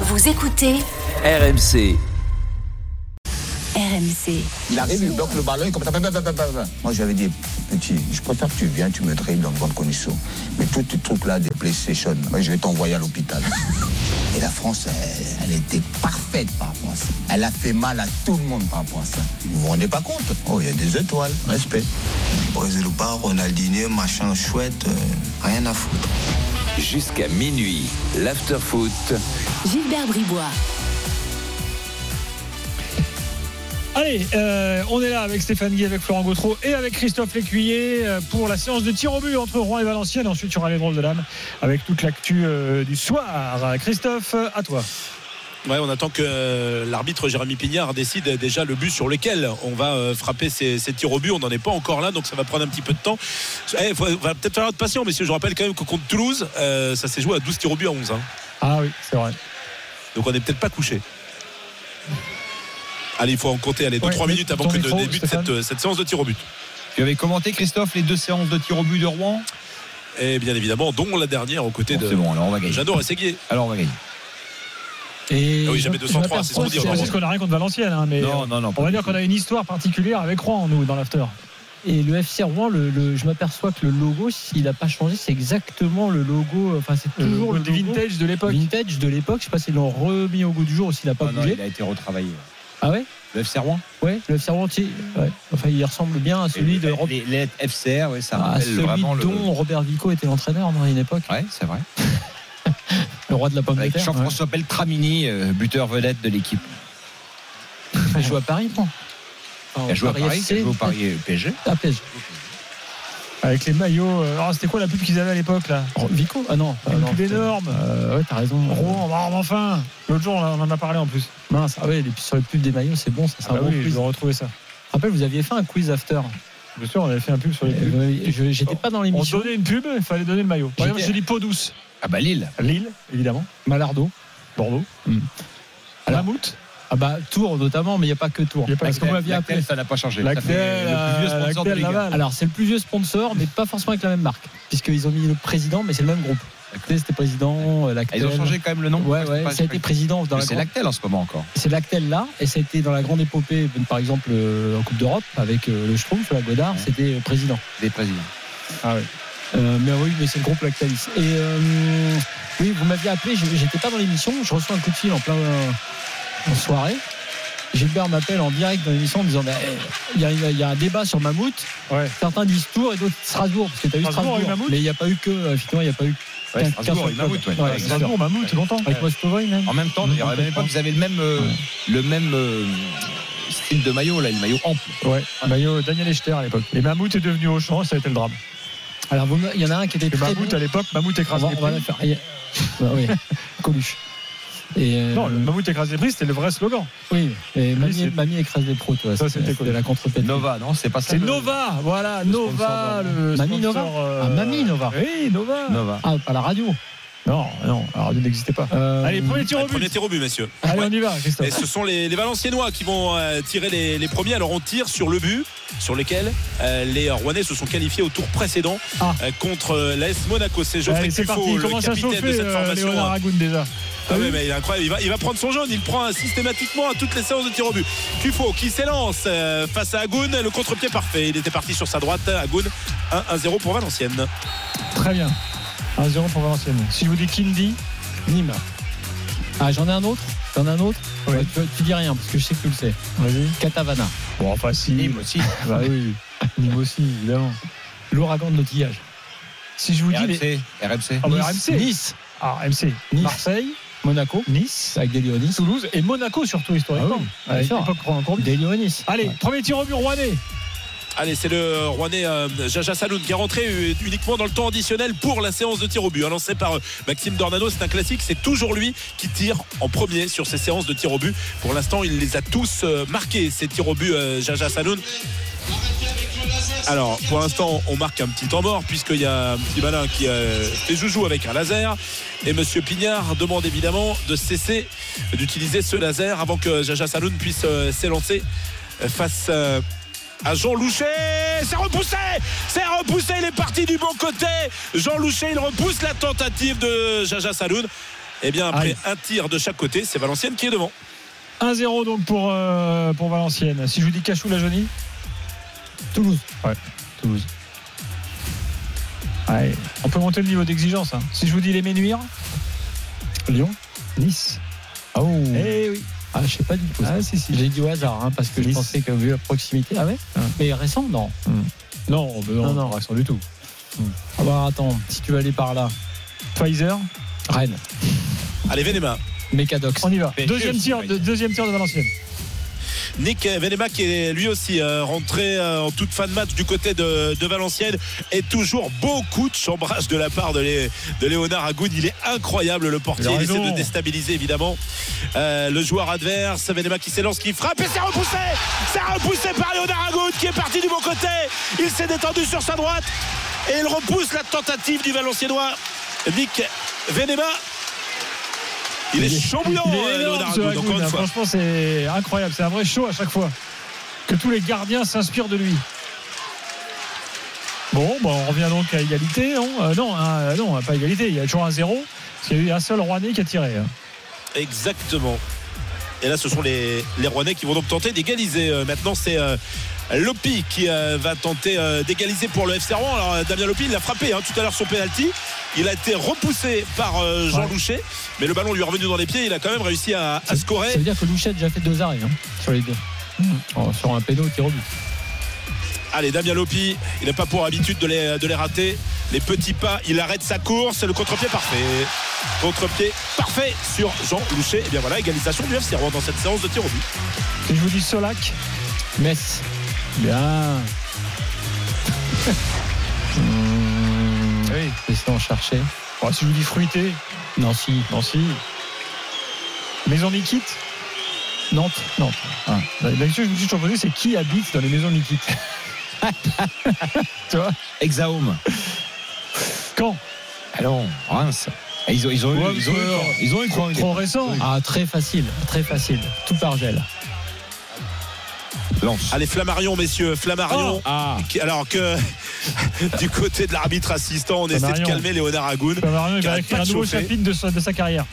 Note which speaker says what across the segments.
Speaker 1: Vous écoutez
Speaker 2: RMC.
Speaker 1: RMC.
Speaker 3: Il arrive, il bloque le ballon, il commence à. Bah, Moi j'avais dit, petit, je préfère que tu viennes, tu me dribbles dans de bonnes conditions. Mais tous ces trucs-là, des PlayStation, moi, je vais t'envoyer à l'hôpital. Et la France, elle, elle était parfaite par rapport à ça. Elle a fait mal à tout le monde par rapport à ça. Vous vous rendez pas compte Oh, il y a des étoiles, respect. Brésil ou pas, Ronaldinho, machin chouette, euh, rien à foutre.
Speaker 2: Jusqu'à minuit, l'afterfoot.
Speaker 1: Gilbert Bribois.
Speaker 4: Allez, euh, on est là avec Stéphane Guy, avec Florent Gautreau et avec Christophe Lécuyer euh, pour la séance de tir au but entre Rouen et Valenciennes. Ensuite, il y aura les drôles de l'âme avec toute l'actu euh, du soir. Christophe, euh, à toi.
Speaker 5: Ouais, on attend que euh, l'arbitre Jérémy Pignard décide déjà le but sur lequel on va euh, frapper ces, ces tirs au but. On n'en est pas encore là, donc ça va prendre un petit peu de temps. Eh, faut- va peut-être falloir être patient, messieurs. Je rappelle quand même que contre Toulouse, euh, ça s'est joué à 12 tirs au but à 11. hein.
Speaker 4: Ah oui, c'est vrai.
Speaker 5: Donc on n'est peut-être pas couché. Allez, il faut en compter allez, deux,
Speaker 4: Ouais,
Speaker 5: trois
Speaker 4: mais
Speaker 5: minutes avant
Speaker 4: ton
Speaker 5: que ne
Speaker 4: micro,
Speaker 5: débute
Speaker 4: Stéphane.
Speaker 5: cette, euh, cette séance de tirs au but.
Speaker 6: Tu avais commenté, Christophe, les deux séances de tir au but de Rouen
Speaker 5: Et Eh bien évidemment, dont la dernière aux côtés
Speaker 6: Bon,
Speaker 5: de
Speaker 6: C'est bon, alors on va gagner.
Speaker 5: J'adore Seguier.
Speaker 6: Alors on va gagner.
Speaker 4: Et
Speaker 5: Ah oui, jamais
Speaker 4: je-
Speaker 5: 203,
Speaker 4: je
Speaker 5: c'est ce qu'on dit
Speaker 4: m'aperçois
Speaker 5: aujourd'hui.
Speaker 4: qu'on n'a rien contre Valenciennes, hein, mais
Speaker 6: Non,
Speaker 4: euh,
Speaker 6: non, non.
Speaker 4: on va
Speaker 6: pas
Speaker 4: dire
Speaker 6: du tout.
Speaker 4: qu'on a une histoire particulière avec Rouen, nous, dans l'after.
Speaker 7: Et le FC Rouen, le, le- je m'aperçois que le logo, s'il n'a pas changé, c'est exactement le logo, enfin c'est toujours le,
Speaker 4: le
Speaker 7: logo
Speaker 4: vintage de l'époque.
Speaker 7: vintage de l'époque. Je sais pas s'ils l'ont remis au goût du jour ou s'il n'a pas
Speaker 6: Ah Non, non,
Speaker 7: bougé.
Speaker 6: il a été retravaillé.
Speaker 7: Ah ouais
Speaker 6: Le FC Rouen
Speaker 7: Ouais, le FC Rouen, entier. Ouais. Enfin, il ressemble bien à celui, de, Rob-
Speaker 6: Les, les lettres FCR, ouais, ça
Speaker 7: à
Speaker 6: rappelle
Speaker 7: celui
Speaker 6: vraiment le.
Speaker 7: dont Robert Vico était l'entraîneur non, à une époque,
Speaker 6: Ouais, c'est vrai.
Speaker 7: le roi de la pomme de
Speaker 6: Avec
Speaker 7: terre. ouais.
Speaker 6: Jean-François Beltramini, euh, buteur vedette de l'équipe.
Speaker 7: Il joue à Paris, non Enfin,
Speaker 6: Il a joué à
Speaker 7: Paris
Speaker 6: Paris,
Speaker 7: FC,
Speaker 6: il a joué au Paris euh, au PSG.
Speaker 7: à PSG.
Speaker 4: Avec les maillots. euh, ah, c'était quoi la pub qu'ils avaient à l'époque, là
Speaker 7: Ro- Vico Ah non, ah
Speaker 4: Une
Speaker 7: non,
Speaker 4: pub
Speaker 7: putain.
Speaker 4: énorme.
Speaker 7: Euh, ouais, t'as raison.
Speaker 4: Rouen, bah, enfin L'autre jour, on en a parlé en plus.
Speaker 7: Mince, ah ouais, les- sur les pubs des maillots, c'est bon, ça, c'est
Speaker 4: Ah
Speaker 7: un
Speaker 4: bah
Speaker 7: bon
Speaker 4: oui, je
Speaker 7: quiz.
Speaker 4: vais retrouver ça.
Speaker 7: Je rappelle, vous aviez fait un quiz after.
Speaker 4: Bien sûr, on avait fait un pub sur les pubs.
Speaker 7: Euh, je- J'étais pas dans
Speaker 4: On
Speaker 7: l'émission.
Speaker 4: donnait une pub, il fallait donner le maillot. Par exemple,
Speaker 6: J'étais-
Speaker 4: j'ai dit peau douce.
Speaker 6: Ah bah Lille.
Speaker 4: Lille, évidemment.
Speaker 7: Malardo.
Speaker 4: Bordeaux.
Speaker 7: Hmm. Alors-
Speaker 4: Mammouth.
Speaker 7: Ah bah Tours notamment, mais il n'y a pas que Tours.
Speaker 4: Il y a pas
Speaker 7: Parce
Speaker 4: que
Speaker 7: qu'on
Speaker 4: Tours.
Speaker 7: m'avait appelé.
Speaker 6: Lactel, ça n'a pas changé. Ça
Speaker 4: Lactel,
Speaker 6: fait le plus vieux
Speaker 4: euh,
Speaker 6: sponsor de
Speaker 4: Lactel,
Speaker 6: Ligue 1.
Speaker 4: Laval.
Speaker 7: Alors c'est le plus vieux sponsor, mais pas forcément avec la même marque, puisqu'ils ont mis le président, mais c'est le même groupe. Lactel, c'était président, euh,
Speaker 6: Ah,
Speaker 7: Lactel.
Speaker 6: Ils ont changé quand même le nom
Speaker 7: Ouais,
Speaker 6: Je sais pas,
Speaker 7: ouais, ça a
Speaker 6: je sais
Speaker 7: été
Speaker 6: pas.
Speaker 7: président dans la
Speaker 6: C'est
Speaker 7: grande-
Speaker 6: Lactel en ce moment encore.
Speaker 7: C'est Lactel là, et ça a été dans la grande épopée, par exemple euh, en Coupe d'Europe, avec euh, le Schtroumpf, la Godard,
Speaker 6: Ouais.
Speaker 7: c'était euh, président.
Speaker 6: Des présidents.
Speaker 7: Euh, mais oui, mais c'est le groupe Lactalis. Et euh, oui, vous m'aviez appelé, je- j'étais pas dans l'émission, je reçois un coup de fil en plein en soirée. Gilbert m'appelle en direct dans l'émission en me disant Bah, il y, a- il y a un débat sur Mammouth.
Speaker 4: Ouais.
Speaker 7: Certains disent Tours et d'autres Strasbourg, parce que tu as eu
Speaker 4: Strasbourg
Speaker 7: Strasbourg.
Speaker 4: a eu Mammouth
Speaker 7: mais il n'y a pas eu que, euh, finalement, il n'y a pas eu
Speaker 6: Ouais,
Speaker 7: qu'un-
Speaker 6: Strasbourg et
Speaker 7: qu'un seul
Speaker 6: Mammouth,
Speaker 7: club.
Speaker 6: ouais.
Speaker 7: Ouais,
Speaker 6: Ouais,
Speaker 7: c'est
Speaker 6: Strasbourg.
Speaker 7: sûr.
Speaker 4: Strasbourg, Mammouth, longtemps.
Speaker 7: Avec Moscovoy, même.
Speaker 6: En même temps, d'ailleurs, à la même époque, vous avez le même, euh, le même euh, style de maillot, là, le maillot ample.
Speaker 4: Ouais, un maillot Daniel Echter à l'époque. Et Mammouth est devenu Auchan, ça a été le drame.
Speaker 7: Alors, vous me- il y en a un qui était
Speaker 4: Et
Speaker 7: très
Speaker 4: Mammouth
Speaker 7: bon.
Speaker 4: à l'époque, Mammouth
Speaker 7: On
Speaker 4: écrase
Speaker 7: va,
Speaker 4: les
Speaker 7: on va
Speaker 4: prix.
Speaker 7: la faire. Il y a- Bah oui, Coluche. Et euh,
Speaker 4: Non, le Mammouth écrase les prix, c'était le vrai slogan.
Speaker 7: oui, et mamie,
Speaker 4: c'est-
Speaker 7: mamie écrase les pros, toi.
Speaker 4: Ça, c'était cool.
Speaker 7: de la contre
Speaker 6: Nova, non, c'est pas ça.
Speaker 4: C'est
Speaker 6: le-
Speaker 4: Nova, voilà,
Speaker 6: le
Speaker 4: Nova,
Speaker 6: sponsor d'Orban.
Speaker 4: le
Speaker 7: Mamie
Speaker 4: sponsor,
Speaker 7: Nova
Speaker 4: euh,
Speaker 7: Ah, Mamie Nova.
Speaker 4: Oui, Nova.
Speaker 6: Nova.
Speaker 7: Ah, à la radio.
Speaker 4: Non, non, la radio n'existait pas.
Speaker 7: Euh,
Speaker 4: Allez, premier tir au
Speaker 5: Allez,
Speaker 4: but.
Speaker 5: Premier tir au but, messieurs.
Speaker 4: Allez,
Speaker 5: Ouais.
Speaker 4: on y va, Christophe.
Speaker 5: Et ce sont les, les Valenciennois qui vont euh, tirer les, les premiers. Alors on tire sur le but sur lequel euh, les Rouennais se sont qualifiés au tour précédent
Speaker 4: Ah.
Speaker 5: euh, contre l'AS Monaco. C'est Geoffrey
Speaker 4: Allez, c'est
Speaker 5: Tufo,
Speaker 4: parti, il
Speaker 5: le
Speaker 4: commence à
Speaker 5: capitaine de
Speaker 4: chauffer,
Speaker 5: cette
Speaker 4: euh,
Speaker 5: formation.
Speaker 4: Léonard Agoun déjà.
Speaker 5: Ah ouais, mais il est incroyable. Il va, il va prendre son jaune. Il prend systématiquement à toutes les séances de tir au but. Tufo qui s'élance euh, face à Agoun. Le contre-pied parfait. Il était parti sur sa droite. Agoun 1-0 pour Valenciennes.
Speaker 4: Très bien. 1-0 pour Valenciennes. Si je vous dis Kindi,
Speaker 7: Nîmes. Ah, j'en ai un autre J'en ai un autre
Speaker 4: Oui.
Speaker 7: Ouais, tu, tu dis rien, parce que je sais que tu le sais.
Speaker 4: vas-y.
Speaker 7: Catavana.
Speaker 4: Bon, enfin, si.
Speaker 6: Nîmes aussi.
Speaker 4: Bah oui, Nîmes aussi, évidemment.
Speaker 7: L'ouragan de l'outillage.
Speaker 4: Si je vous dis les.
Speaker 6: RMC. RMC.
Speaker 4: Ah, bah,
Speaker 7: nice,
Speaker 4: RMC.
Speaker 7: Nice,
Speaker 4: Ah, MC.
Speaker 7: Nice.
Speaker 4: Marseille,
Speaker 7: Monaco,
Speaker 4: Nice,
Speaker 7: avec des Léonis.
Speaker 4: Toulouse et Monaco, surtout historiquement.
Speaker 7: Ah oui, bien sûr.
Speaker 4: À l'époque, Roland Courbis.
Speaker 7: Des Léonis.
Speaker 4: Allez,
Speaker 7: Ouais.
Speaker 4: premier tir au but rouennais.
Speaker 5: Allez, c'est le Rouennais euh, Jaja Saloun qui est rentré euh, uniquement dans le temps additionnel pour la séance de tir au but. hein, lancé par euh, Maxime Dornano, c'est un classique, c'est toujours lui qui tire en premier sur ces séances de tir au but. Pour l'instant, il les a tous euh, marqués, ces tirs au but euh, Jaja Saloun. Alors, pour l'instant, on marque un petit temps mort puisqu'il y a un petit malin qui euh, fait joujou avec un laser. Et Monsieur Pignard demande évidemment de cesser d'utiliser ce laser avant que Jaja Saloun puisse euh, s'élancer euh, face euh, à Jean Louchet. C'est repoussé C'est repoussé, il est parti du bon côté. Jean Louchet, il repousse la tentative de Jaja Saloun. Eh bien, après
Speaker 4: Arrive.
Speaker 5: un tir de chaque côté, c'est Valenciennes qui est devant.
Speaker 4: 1-0 donc pour, euh, pour Valenciennes. Si je vous dis Cachou la Johnny
Speaker 7: Toulouse.
Speaker 4: Ouais, Toulouse. Ouais, on peut monter le niveau d'exigence. hein. Si je vous dis les Ménuires,
Speaker 7: Lyon. Nice. Oh.
Speaker 4: eh oui.
Speaker 7: Ah, je sais pas du tout. ça.
Speaker 4: Ah, si, si.
Speaker 7: J'ai dit au hasard, hein, parce que je
Speaker 4: Nice.
Speaker 7: pensais que vu la proximité. Ah ouais
Speaker 4: Ouais.
Speaker 7: Mais récent, non.
Speaker 4: Non, non, non,
Speaker 7: Non, non.
Speaker 4: non. du tout.
Speaker 7: Alors Ah, bah, attends, si tu veux aller par là,
Speaker 4: Pfizer,
Speaker 7: Rennes,
Speaker 5: Allez, Venema.
Speaker 7: Mécadox.
Speaker 4: on y va.
Speaker 6: Mais
Speaker 4: Deuxième
Speaker 6: Dieu,
Speaker 4: tir,
Speaker 6: c'est
Speaker 4: de, deuxième tir de Valenciennes.
Speaker 5: Nick Venema qui est lui aussi euh, rentré euh, en toute fin de match du côté de, de Valenciennes et toujours beaucoup de chambrage de la part de, Lé- de Léonard Agoun. Il est incroyable le portier.
Speaker 4: Il a
Speaker 5: Il essaie
Speaker 4: raison.
Speaker 5: de déstabiliser évidemment euh, le joueur adverse. Venema qui s'élance, qui frappe et c'est repoussé. C'est repoussé par Léonard Agoun qui est parti du bon côté. Il s'est détendu sur sa droite et il repousse la tentative du Valenciennois Nick Venema. Il est chamboulant,
Speaker 4: Il est
Speaker 5: euh,
Speaker 4: énorme,
Speaker 5: Léonard
Speaker 4: ce
Speaker 5: Agoun, encore
Speaker 4: Hagoun,
Speaker 5: une
Speaker 4: hein.
Speaker 5: fois.
Speaker 4: Franchement, c'est incroyable. C'est un vrai show à chaque fois. Que tous les gardiens s'inspirent de lui. Bon, bah, on revient donc à égalité. Non, Euh, non, hein, non, pas égalité. Il y a toujours un zéro. Parce qu'il y a eu un seul Rouennais qui a tiré. hein.
Speaker 5: Exactement. Et là, ce sont les, les Rouennais qui vont donc tenter d'égaliser. Euh, maintenant, c'est euh, Lopi qui euh, va tenter euh, d'égaliser pour le FC Rouen. Alors, euh, Damien Lopi, il l'a frappé hein, tout à l'heure son penalty. Il a été repoussé par euh, Jean
Speaker 4: Ouais.
Speaker 5: Louchet, mais le ballon lui est revenu dans les pieds. Il a quand même réussi à, à Hmm. scorer.
Speaker 7: Ça veut dire que Louchet a déjà fait deux arrêts hein, sur les deux. Oh, sur un péno qui rebute.
Speaker 5: Allez, Damien Lopi, il n'a pas pour habitude de les, de les rater. Les petits pas, il arrête sa course. Le contre-pied parfait. Contre-pied parfait sur Jean Louchet. Et bien voilà, égalisation du FC Rouen dans cette séance de tir au but.
Speaker 4: Si je vous dis Solac,
Speaker 7: Metz.
Speaker 4: bien.
Speaker 7: Oui. Laissez-en chercher.
Speaker 4: Bon, Oh, si je vous dis Fruité,
Speaker 7: Nancy.
Speaker 4: Nancy. Maison Nikite.
Speaker 7: Nantes. Nantes.
Speaker 4: Ah, la la question que je me suis toujours posée, c'est qui habite dans les maisons Nikite Tu vois
Speaker 6: Exaum.
Speaker 4: Quand
Speaker 6: Allons, Reims. Et ils ont, ils ont eu, ils ont eu,
Speaker 4: Wolfsburg.
Speaker 6: ils ont eu quoi,
Speaker 4: Trop récent.
Speaker 7: Ah, très facile. Très facile. Tout par gel.
Speaker 6: Lance.
Speaker 5: Allez, Flammarion, messieurs, Flammarion.
Speaker 6: Ah,
Speaker 5: Qui- Alors que du côté de l'arbitre assistant, on essaie de
Speaker 4: Marion.
Speaker 5: calmer Léonard Agoun.
Speaker 4: Flammarion, il va
Speaker 5: J'arrête
Speaker 4: écrire
Speaker 5: pas
Speaker 4: un
Speaker 5: de
Speaker 4: nouveau
Speaker 5: chauffer.
Speaker 4: chapitre de sa, de sa carrière.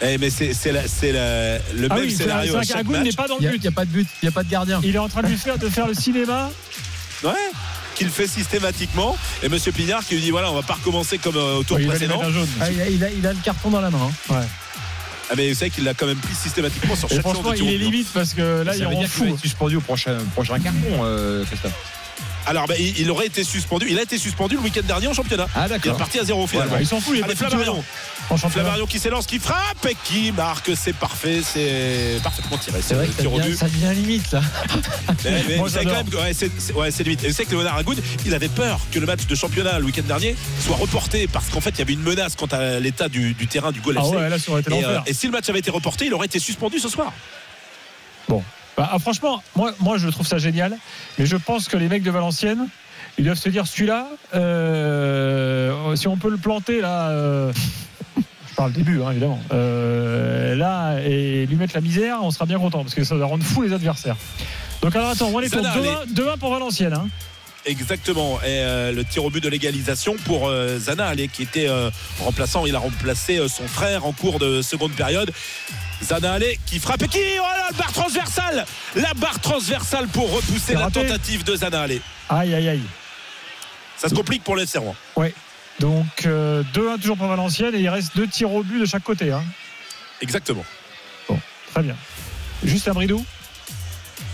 Speaker 5: Eh, mais c'est c'est la- c'est la- le
Speaker 4: Ah
Speaker 5: même
Speaker 4: oui, c'est
Speaker 5: scénario à
Speaker 4: vrai
Speaker 5: chaque
Speaker 4: qu'Agoun
Speaker 5: match.
Speaker 4: n'est pas dans
Speaker 7: Il
Speaker 4: le
Speaker 7: n'y
Speaker 4: but.
Speaker 7: a, pas de but. Il n'y a pas de gardien.
Speaker 4: Il est en train de lui faire de faire le cinéma.
Speaker 5: Ouais, qu'il fait systématiquement. Et Monsieur Pignard qui lui dit voilà, on va pas recommencer comme euh, au tour
Speaker 4: il va lui
Speaker 5: précédent.
Speaker 4: mettre un jaune.
Speaker 7: Ah, il, a, il a- il a le carton dans la main. hein.
Speaker 5: Ah, mais vous savez qu'il l'a quand même pris systématiquement sur
Speaker 4: Et
Speaker 5: chaque séance
Speaker 4: franchement,
Speaker 5: de tir
Speaker 4: il
Speaker 5: au
Speaker 4: est
Speaker 5: but.
Speaker 4: limite parce que là,
Speaker 6: ça
Speaker 4: il
Speaker 6: veut
Speaker 4: rend
Speaker 6: dire qu'il va
Speaker 4: fou.
Speaker 6: être suspendu au prochain, prochain carton, euh, Christophe.
Speaker 5: Alors, bah, il il aurait été suspendu. Il a été suspendu le week-end dernier en championnat.
Speaker 6: Ah,
Speaker 5: Il est
Speaker 6: d'accord.
Speaker 5: reparti à zéro finalement.
Speaker 4: Ils s'en foutent, il est
Speaker 5: Allez,
Speaker 4: pas
Speaker 5: Flammarion.
Speaker 4: en championnat.
Speaker 5: Flammarion qui s'élance, qui frappe et qui marque. C'est parfait. C'est parfaitement tiré.
Speaker 7: C'est vrai
Speaker 5: le
Speaker 7: que ça
Speaker 5: tir au
Speaker 7: devient,
Speaker 5: but.
Speaker 7: ça devient limite là.
Speaker 5: Eh, Mais- mais
Speaker 4: Moi,
Speaker 5: vous savez
Speaker 4: j'adore.
Speaker 5: quand même que- ouais, c'est c'est- ouais, c'est limite. Et vous savez que Léonard Agoud, il avait peur que le match de championnat le week-end dernier soit reporté parce qu'en fait, il y avait une menace quant à l'état du, du terrain du Gol
Speaker 4: Ah
Speaker 5: FC.
Speaker 4: ouais, là, ça aurait été
Speaker 5: et, euh,
Speaker 4: l'enfer.
Speaker 5: et si le match avait été reporté, il aurait été suspendu ce soir.
Speaker 4: Bah, ah, franchement, moi, moi, je trouve ça génial. Mais je pense que les mecs de Valenciennes, ils doivent se dire celui-là, euh, si on peut le planter là. euh, je parle début, hein, évidemment. euh, là, et lui mettre la misère, on sera bien content parce que ça va rendre fou les adversaires. Donc, alors attends, on est pour
Speaker 5: Ça, là,
Speaker 4: 2-1 2-1 pour Valenciennes. hein.
Speaker 5: Exactement. Et euh, le tir au but de l'égalisation pour euh, Zana, allez, qui était euh, remplaçant. Il a remplacé euh, son frère en cours de seconde période. Zana Allé qui frappe et qui oh là, la barre transversale La barre transversale pour repousser
Speaker 4: C'est
Speaker 5: la
Speaker 4: raté.
Speaker 5: tentative de Zana Allé.
Speaker 4: Aïe, aïe, aïe.
Speaker 5: Ça se complique pour le FC Rouen.
Speaker 4: Donc euh, 2-1 toujours pour Valenciennes et il reste deux tirs au but de chaque côté. hein.
Speaker 5: Exactement.
Speaker 4: Très bien. Juste un bridou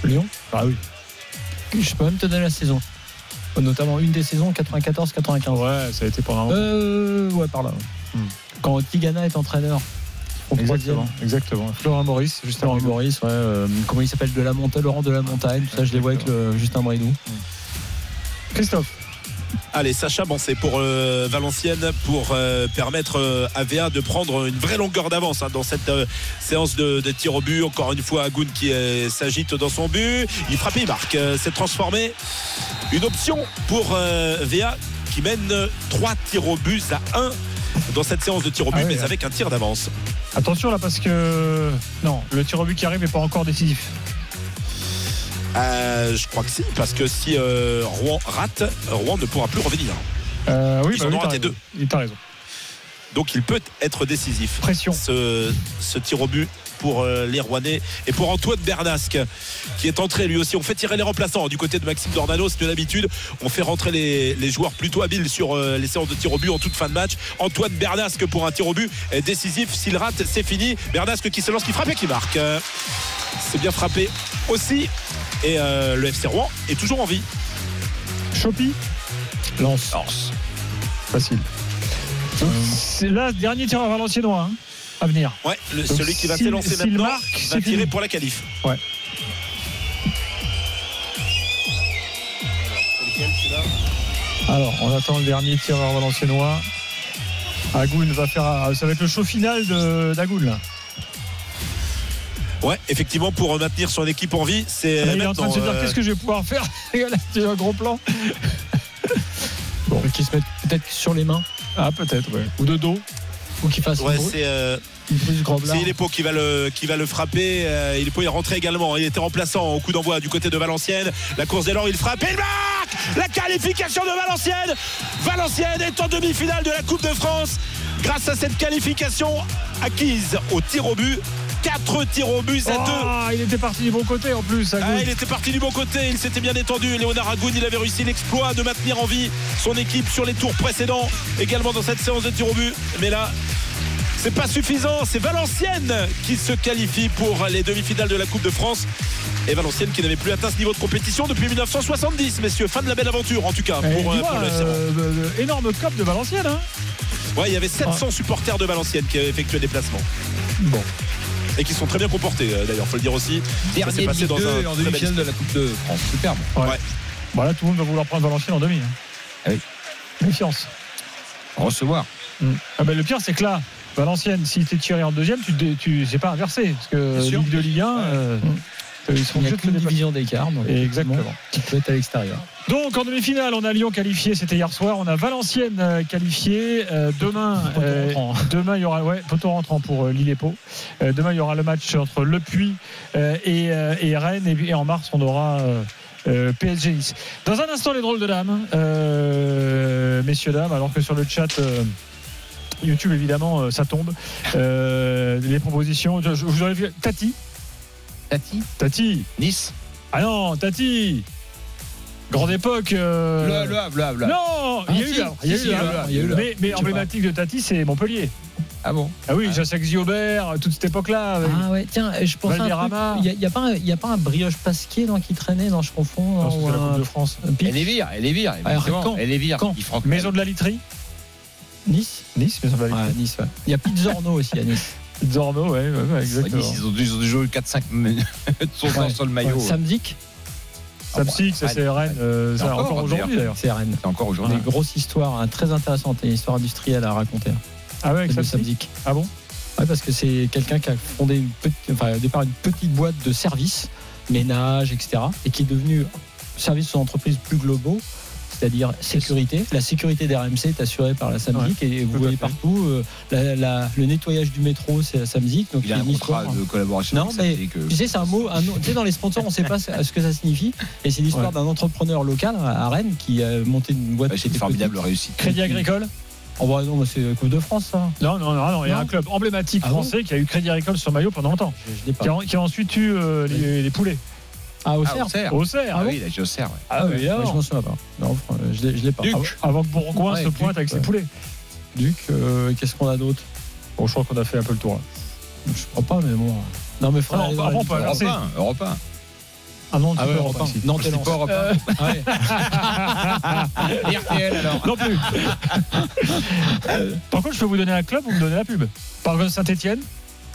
Speaker 7: Lyon.
Speaker 4: Ah oui.
Speaker 7: Je peux même te donner la saison. Notamment une des saisons 94-95.
Speaker 4: Ouais, ça a été pendant un moment. Hmm.
Speaker 7: Euh, ouais, par là. ouais. Quand Tigana est entraîneur. au
Speaker 4: Exactement, exactement. Florent Maurice, juste
Speaker 7: Florent
Speaker 4: avant Maurice.
Speaker 7: Maurice, ouais, euh, comment il s'appelle de la Montagne, Laurent de la Montagne, tout ça, je les vois avec le Justin Bridou.
Speaker 4: Christophe,
Speaker 5: Allez, Sacha, bon, c'est pour euh, Valenciennes pour euh, permettre euh, à VA de prendre une vraie longueur d'avance hein, dans cette euh, séance de, de tir au but. Encore une fois, Agoun qui euh, s'agite dans son but. Il frappe et il marque. Euh, c'est transformé. Une option pour euh, VA qui mène euh, trois tirs au but à 1 dans cette séance de tir au but,
Speaker 4: Ah oui,
Speaker 5: mais
Speaker 4: hein.
Speaker 5: avec un tir d'avance.
Speaker 4: attention là parce que. Non, le tir au but qui arrive n'est pas encore décisif.
Speaker 5: Euh, je crois que si, parce que si euh, Rouen rate, Rouen ne pourra plus revenir.
Speaker 4: Euh, oui,
Speaker 5: Ils
Speaker 4: bah
Speaker 5: en
Speaker 4: oui,
Speaker 5: ont
Speaker 4: t'as
Speaker 5: raté
Speaker 4: raison.
Speaker 5: deux.
Speaker 4: Il- T'as raison.
Speaker 5: Donc il peut être décisif.
Speaker 4: Pression.
Speaker 5: Ce, ce tir au but pour euh, les Rouennais et pour Antoine Bernasque qui est entré lui aussi. On fait tirer les remplaçants hein, du côté de Maxime Dornano, c'est de l'habitude. On fait rentrer les, les joueurs plutôt habiles sur euh, les séances de tir au but en toute fin de match. Antoine Bernasque pour un tir au but est décisif. S'il rate, c'est fini. Bernasque qui se lance, qui frappe et qui marque. Euh, c'est bien frappé aussi. Et euh, le FC Rouen est toujours en vie.
Speaker 4: Chopi Lance. Facile. C'est là, dernier tir à Valenciennois hein, à venir.
Speaker 5: Ouais, le-
Speaker 4: Donc,
Speaker 5: celui qui va
Speaker 4: s'il-
Speaker 5: s'élancer
Speaker 4: s'il
Speaker 5: maintenant
Speaker 4: marque,
Speaker 5: va
Speaker 4: c'est
Speaker 5: tirer
Speaker 4: fini.
Speaker 5: pour la qualif.
Speaker 4: Ouais. Alors, on attend le dernier tireur valenciennois. Agoun va faire. un- Ça va être le show final de- d'Agoun. là.
Speaker 5: Ouais, effectivement, pour maintenir son équipe en vie, c'est
Speaker 4: Là, Ah, il est en train
Speaker 5: maintenant.
Speaker 4: de se dire
Speaker 5: euh,
Speaker 4: qu'est-ce que je vais pouvoir faire Regarde, C'est un gros plan.
Speaker 7: Bon. Qu'ils se mettent peut-être sur les mains
Speaker 4: Ah, peut-être, ouais.
Speaker 7: ou de dos ou qu'ils fassent
Speaker 5: ouais,
Speaker 7: une, bru-
Speaker 5: c'est euh,
Speaker 7: une bruse grand
Speaker 5: c'est Ilepo qui va le qui va le frapper. Euh, Ilepo il est rentré également. Il était remplaçant au coup d'envoi du côté de Valenciennes. La course d'Elor, il frappe et il marque la qualification de Valenciennes. Valenciennes est en demi-finale de la Coupe de France grâce à cette qualification acquise au tir au but. 4 tirs au but à 2
Speaker 4: Ah, il était parti du bon côté en plus, Agoun.
Speaker 5: Ah, il était parti du bon côté, il s'était bien détendu. Léonard Agoun, il avait réussi l'exploit de maintenir en vie son équipe sur les tours précédents, également dans cette séance de tir au but. Mais là, c'est pas suffisant. C'est Valenciennes qui se qualifie pour les demi-finales de la Coupe de France. Et Valenciennes qui n'avait plus atteint ce niveau de compétition depuis 1970, messieurs. Fin de la belle aventure, en tout cas, pour,
Speaker 4: Eh,
Speaker 5: euh,
Speaker 4: dis-moi,
Speaker 5: pour le FC Rouen.
Speaker 4: euh, le- le énorme cop de Valenciennes. Hein
Speaker 5: Ouais, il y avait 700 supporters de Valenciennes qui avaient effectué des placements.
Speaker 4: bon.
Speaker 5: Et qui sont très bien comportés, euh, d'ailleurs, faut le dire aussi. Ça s'est
Speaker 6: Dernier
Speaker 5: passé
Speaker 6: Ligue
Speaker 5: dans
Speaker 6: 2
Speaker 5: un
Speaker 6: et en
Speaker 5: très bel
Speaker 6: demi-finale de la Coupe de France. Superbe.
Speaker 4: Bah, là, tout le monde va vouloir prendre Valenciennes en demi. hein.
Speaker 6: Ah oui.
Speaker 4: Méfiance.
Speaker 6: Recevoir.
Speaker 7: Mm.
Speaker 4: Ah ben, le pire, c'est que là, Valenciennes, si t'es tiré en deuxième, tu, te- tu c'est pas inversé. Parce que
Speaker 6: sûr.
Speaker 4: Ligue 2, Ligue 1, euh, ils
Speaker 7: Mm. Il
Speaker 4: seront
Speaker 7: n'y a
Speaker 4: obligés de se
Speaker 7: qu'une
Speaker 4: dépasser.
Speaker 7: division d'écart. donc,
Speaker 4: Exactement.
Speaker 7: Tu peux être à l'extérieur.
Speaker 4: Donc, en demi-finale, on a Lyon qualifié, c'était hier soir. On a Valenciennes euh, qualifié. Euh, demain,
Speaker 7: Poteau
Speaker 4: euh,
Speaker 7: rentrant.
Speaker 4: demain, il y aura ouais, poteau rentrant pour euh, Lille et Pau. Euh, demain, il y aura le match entre Le Puy euh, et, euh, et Rennes. Et, et en mars, on aura euh, euh, PSG Nice. Dans un instant, les drôles de dames, euh, messieurs, dames, alors que sur le chat. euh, YouTube évidemment euh, ça tombe Euh, les propositions je, je vous aurais vu Tati
Speaker 6: Tati.
Speaker 4: Tati
Speaker 6: Nice.
Speaker 4: ah non Tati grande époque euh,
Speaker 6: Le, le Havre, le Havre. le Havre.
Speaker 4: non,
Speaker 7: Ah,
Speaker 4: il y a
Speaker 7: si,
Speaker 4: eu là.
Speaker 7: si,
Speaker 4: Il y a
Speaker 7: si,
Speaker 4: eu
Speaker 7: il y a eu
Speaker 4: là.
Speaker 7: là, il y a eu là.
Speaker 4: Mais, mais
Speaker 7: Je sais
Speaker 4: emblématique de Tati, c'est Montpellier.
Speaker 6: Ah bon
Speaker 4: Ah oui, Jacques Gilbert, toute cette époque-là. avec-
Speaker 7: Ah ouais, tiens, je pense à
Speaker 4: Valderrama.
Speaker 7: un truc. Il n'y a, pas un- y a pas un brioche pasquier non, qui traînait, non, je confonds.
Speaker 4: Non,
Speaker 7: non,
Speaker 4: ça,
Speaker 7: ou
Speaker 4: c'est la
Speaker 7: un-
Speaker 4: Coupe de France.
Speaker 7: un pic.
Speaker 6: Elle est vire, elle est vire. évidemment.
Speaker 7: Caen.
Speaker 6: Elle est vire.
Speaker 7: Caen.
Speaker 6: Il franque-
Speaker 4: Maison de la literie.
Speaker 7: Nice
Speaker 4: Nice, Maison de la
Speaker 7: Ouais, Nice, ouais. Il y a Pizzorno aussi à Nice.
Speaker 4: Zorno, ouais, ouais, ouais, exactement.
Speaker 6: Nice, ils ont, ils ont dû jouer 4-5 minutes sur,
Speaker 7: Ouais.
Speaker 6: sur le maillot.
Speaker 7: Samzik, Ah
Speaker 4: Samsic, ça c'est Rennes, euh, ça
Speaker 6: Encore,
Speaker 4: encore aujourd'hui d'ailleurs.
Speaker 7: c'est Rennes.
Speaker 6: C'est encore aujourd'hui.
Speaker 7: Des grosses histoires hein, très intéressantes et une histoire industrielle à raconter. hein,
Speaker 4: Ah ouais, avec
Speaker 7: celle de
Speaker 4: Samsic.
Speaker 7: Samzik.
Speaker 4: Ah bon
Speaker 7: Ouais, parce que c'est quelqu'un qui a fondé une petite, enfin, au départ une petite boîte de services, ménage, etc., et qui est devenu service aux entreprises plus globaux, c'est-à-dire sécurité. La sécurité des RMC est assurée par la Samzik et vous
Speaker 4: à
Speaker 7: voyez
Speaker 4: fait.
Speaker 7: partout euh, la- la- le nettoyage du métro, c'est la Samzik. Donc
Speaker 6: Il a
Speaker 7: c'est
Speaker 6: un
Speaker 7: une
Speaker 6: contrat
Speaker 7: histoire, hein.
Speaker 6: de collaboration.
Speaker 7: Non,
Speaker 6: avec ça,
Speaker 7: mais-
Speaker 6: c'est que-
Speaker 7: Tu sais, c'est un mot, un nom- tu sais, dans les sponsors, on ne sait pas ce ce que ça signifie. Et c'est l'histoire
Speaker 4: Ouais.
Speaker 7: d'un entrepreneur local à Rennes qui a monté une boîte.
Speaker 6: Bah, c'est
Speaker 7: qui
Speaker 6: une
Speaker 7: était
Speaker 6: formidable
Speaker 7: petite.
Speaker 6: réussite.
Speaker 4: Crédit Agricole
Speaker 7: Oh, bah, non, c'est Coupe de France, ça.
Speaker 4: Non, non, non, non, il y a
Speaker 7: Non.
Speaker 4: un club emblématique
Speaker 7: Ah bon
Speaker 4: français qui a eu Crédit Agricole sur maillot pendant longtemps,
Speaker 7: Je, je l'ai pas.
Speaker 4: qui, a, qui a ensuite eu euh, les, les poulets.
Speaker 7: Ah, au
Speaker 6: Ah,
Speaker 7: Cerf.
Speaker 6: Auxerre.
Speaker 4: Au cerf,
Speaker 6: Ah oui, il a joué au Cerf, ouais.
Speaker 4: Ah oui,
Speaker 7: Ouais, je
Speaker 4: alors.
Speaker 7: m'en souviens pas. Non, fr- euh, je l'ai- je l'ai pas.
Speaker 6: Duc.
Speaker 4: Avant que Bourgoin
Speaker 7: Ouais,
Speaker 4: se pointe
Speaker 7: Duc,
Speaker 4: avec ses
Speaker 7: ouais.
Speaker 4: poulets.
Speaker 7: Ah, Duc, euh, qu'est-ce qu'on a d'autre
Speaker 4: Bon, je crois qu'on a fait un peu le tour. là.
Speaker 7: Je crois pas, mais bon. Non, mais frère,
Speaker 4: Non,
Speaker 7: allez
Speaker 4: Ah, on hein.
Speaker 7: dans la
Speaker 4: prend
Speaker 7: Ligue.
Speaker 4: pas.
Speaker 6: Europe
Speaker 4: c'est-
Speaker 6: 1, Europe 1.
Speaker 4: Ah non, tu
Speaker 7: Ah ouais,
Speaker 4: peux
Speaker 7: Europe
Speaker 4: repartir.
Speaker 7: 1. Nantes et
Speaker 6: C'est
Speaker 7: Lens.
Speaker 6: pas Europe 1.
Speaker 7: Ah ouais.
Speaker 6: RTL alors.
Speaker 4: Non plus. Par contre, je peux vous donner un club, vous me donnez la pub. Par exemple, Saint-Etienne,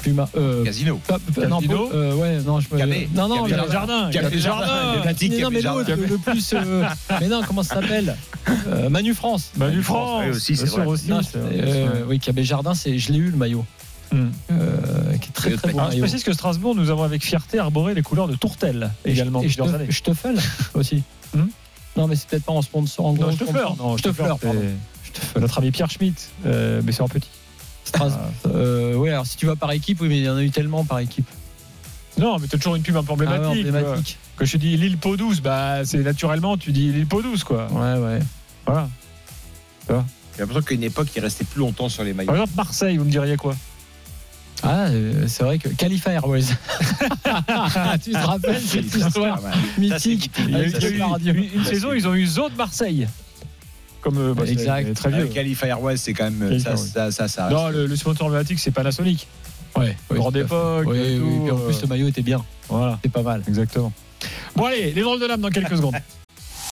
Speaker 7: Puma. euh,
Speaker 6: Casino.
Speaker 7: pas- pas- non,
Speaker 4: Casino.
Speaker 7: pas- euh, ouais, non, je me.
Speaker 6: Cabé.
Speaker 7: Non, non,
Speaker 6: Cabé
Speaker 7: mais-
Speaker 6: Jardin.
Speaker 4: Jardin.
Speaker 6: Café Jardin. Il a dit
Speaker 7: Mais non,
Speaker 6: Café
Speaker 7: mais
Speaker 6: Jardin.
Speaker 7: l'autre, le plus. euh, mais non, comment ça s'appelle Euh, Manu France.
Speaker 4: Manu
Speaker 6: France,
Speaker 4: Bah, France.
Speaker 6: oui, aussi, c'est
Speaker 4: Bien sûr,
Speaker 6: vrai.
Speaker 4: aussi,
Speaker 7: Non,
Speaker 4: c'est
Speaker 7: euh,
Speaker 4: vrai.
Speaker 7: oui, Cabé Jardin, c'est, je l'ai eu le maillot.
Speaker 4: Hum.
Speaker 7: Euh, qui est très
Speaker 6: Et
Speaker 7: très
Speaker 6: le
Speaker 7: bon
Speaker 4: Alors, je
Speaker 7: maillot.
Speaker 4: précise que Strasbourg, nous avons avec fierté arboré les couleurs de Tourtel également
Speaker 7: Et je-
Speaker 4: plusieurs
Speaker 7: et
Speaker 4: années.
Speaker 7: je- Stoffel aussi.
Speaker 4: Hum.
Speaker 7: Hmm Non, mais c'est peut-être pas en sponsor. En gros,
Speaker 4: Non, Stoffler.
Speaker 7: sponsor.
Speaker 4: Non,
Speaker 7: Stoffler,
Speaker 4: Stoffler,
Speaker 7: pardon.
Speaker 4: c'est- Notre ami Pierre Schmitt, euh, mais c'est en petit.
Speaker 7: Strasbourg.
Speaker 4: Ah.
Speaker 7: Euh, ouais, alors si tu vas par équipe, oui, mais il y en a eu tellement par équipe.
Speaker 4: Non, mais t'as toujours une pub un peu
Speaker 7: Ah ouais,
Speaker 4: emblématique.
Speaker 7: emblématique.
Speaker 4: quoi. Quand je dis l'île Pau douce, bah, c'est naturellement, tu dis l'île Pau douce, quoi.
Speaker 7: Ouais, ouais.
Speaker 4: Voilà.
Speaker 6: J'ai l'impression qu'à une époque, il restait plus longtemps sur les maillots.
Speaker 4: Par exemple, Marseille, vous me diriez quoi
Speaker 7: Ah, euh, c'est vrai que Khalifa Airways. tu te rappelles cette histoire mythique
Speaker 6: mythique.
Speaker 4: Il y a eu,
Speaker 7: avec
Speaker 4: il y a eu
Speaker 7: Pascal Hardier.
Speaker 4: une, une saison, ils ont eu Zone Marseille. Comme euh, bah, c'est-
Speaker 7: Exact.
Speaker 4: c'est très
Speaker 6: Ah,
Speaker 4: vieux.
Speaker 6: Le Qualifier Airways, c'est quand même.
Speaker 4: Qualifier,
Speaker 6: Ça,
Speaker 4: ouais.
Speaker 6: ça, ça, ça
Speaker 4: Non, le, le sponsor emblématique, c'est Panasonic.
Speaker 7: Ouais, ouais,
Speaker 4: Grande
Speaker 7: tout à fait.
Speaker 4: époque.
Speaker 7: Oui,
Speaker 4: et
Speaker 7: oui,
Speaker 4: tout,
Speaker 7: puis en
Speaker 4: euh,
Speaker 7: plus, le maillot était bien.
Speaker 4: voilà,
Speaker 7: C'était pas mal.
Speaker 4: exactement. Bon, allez, les drôles de l'âme dans quelques secondes.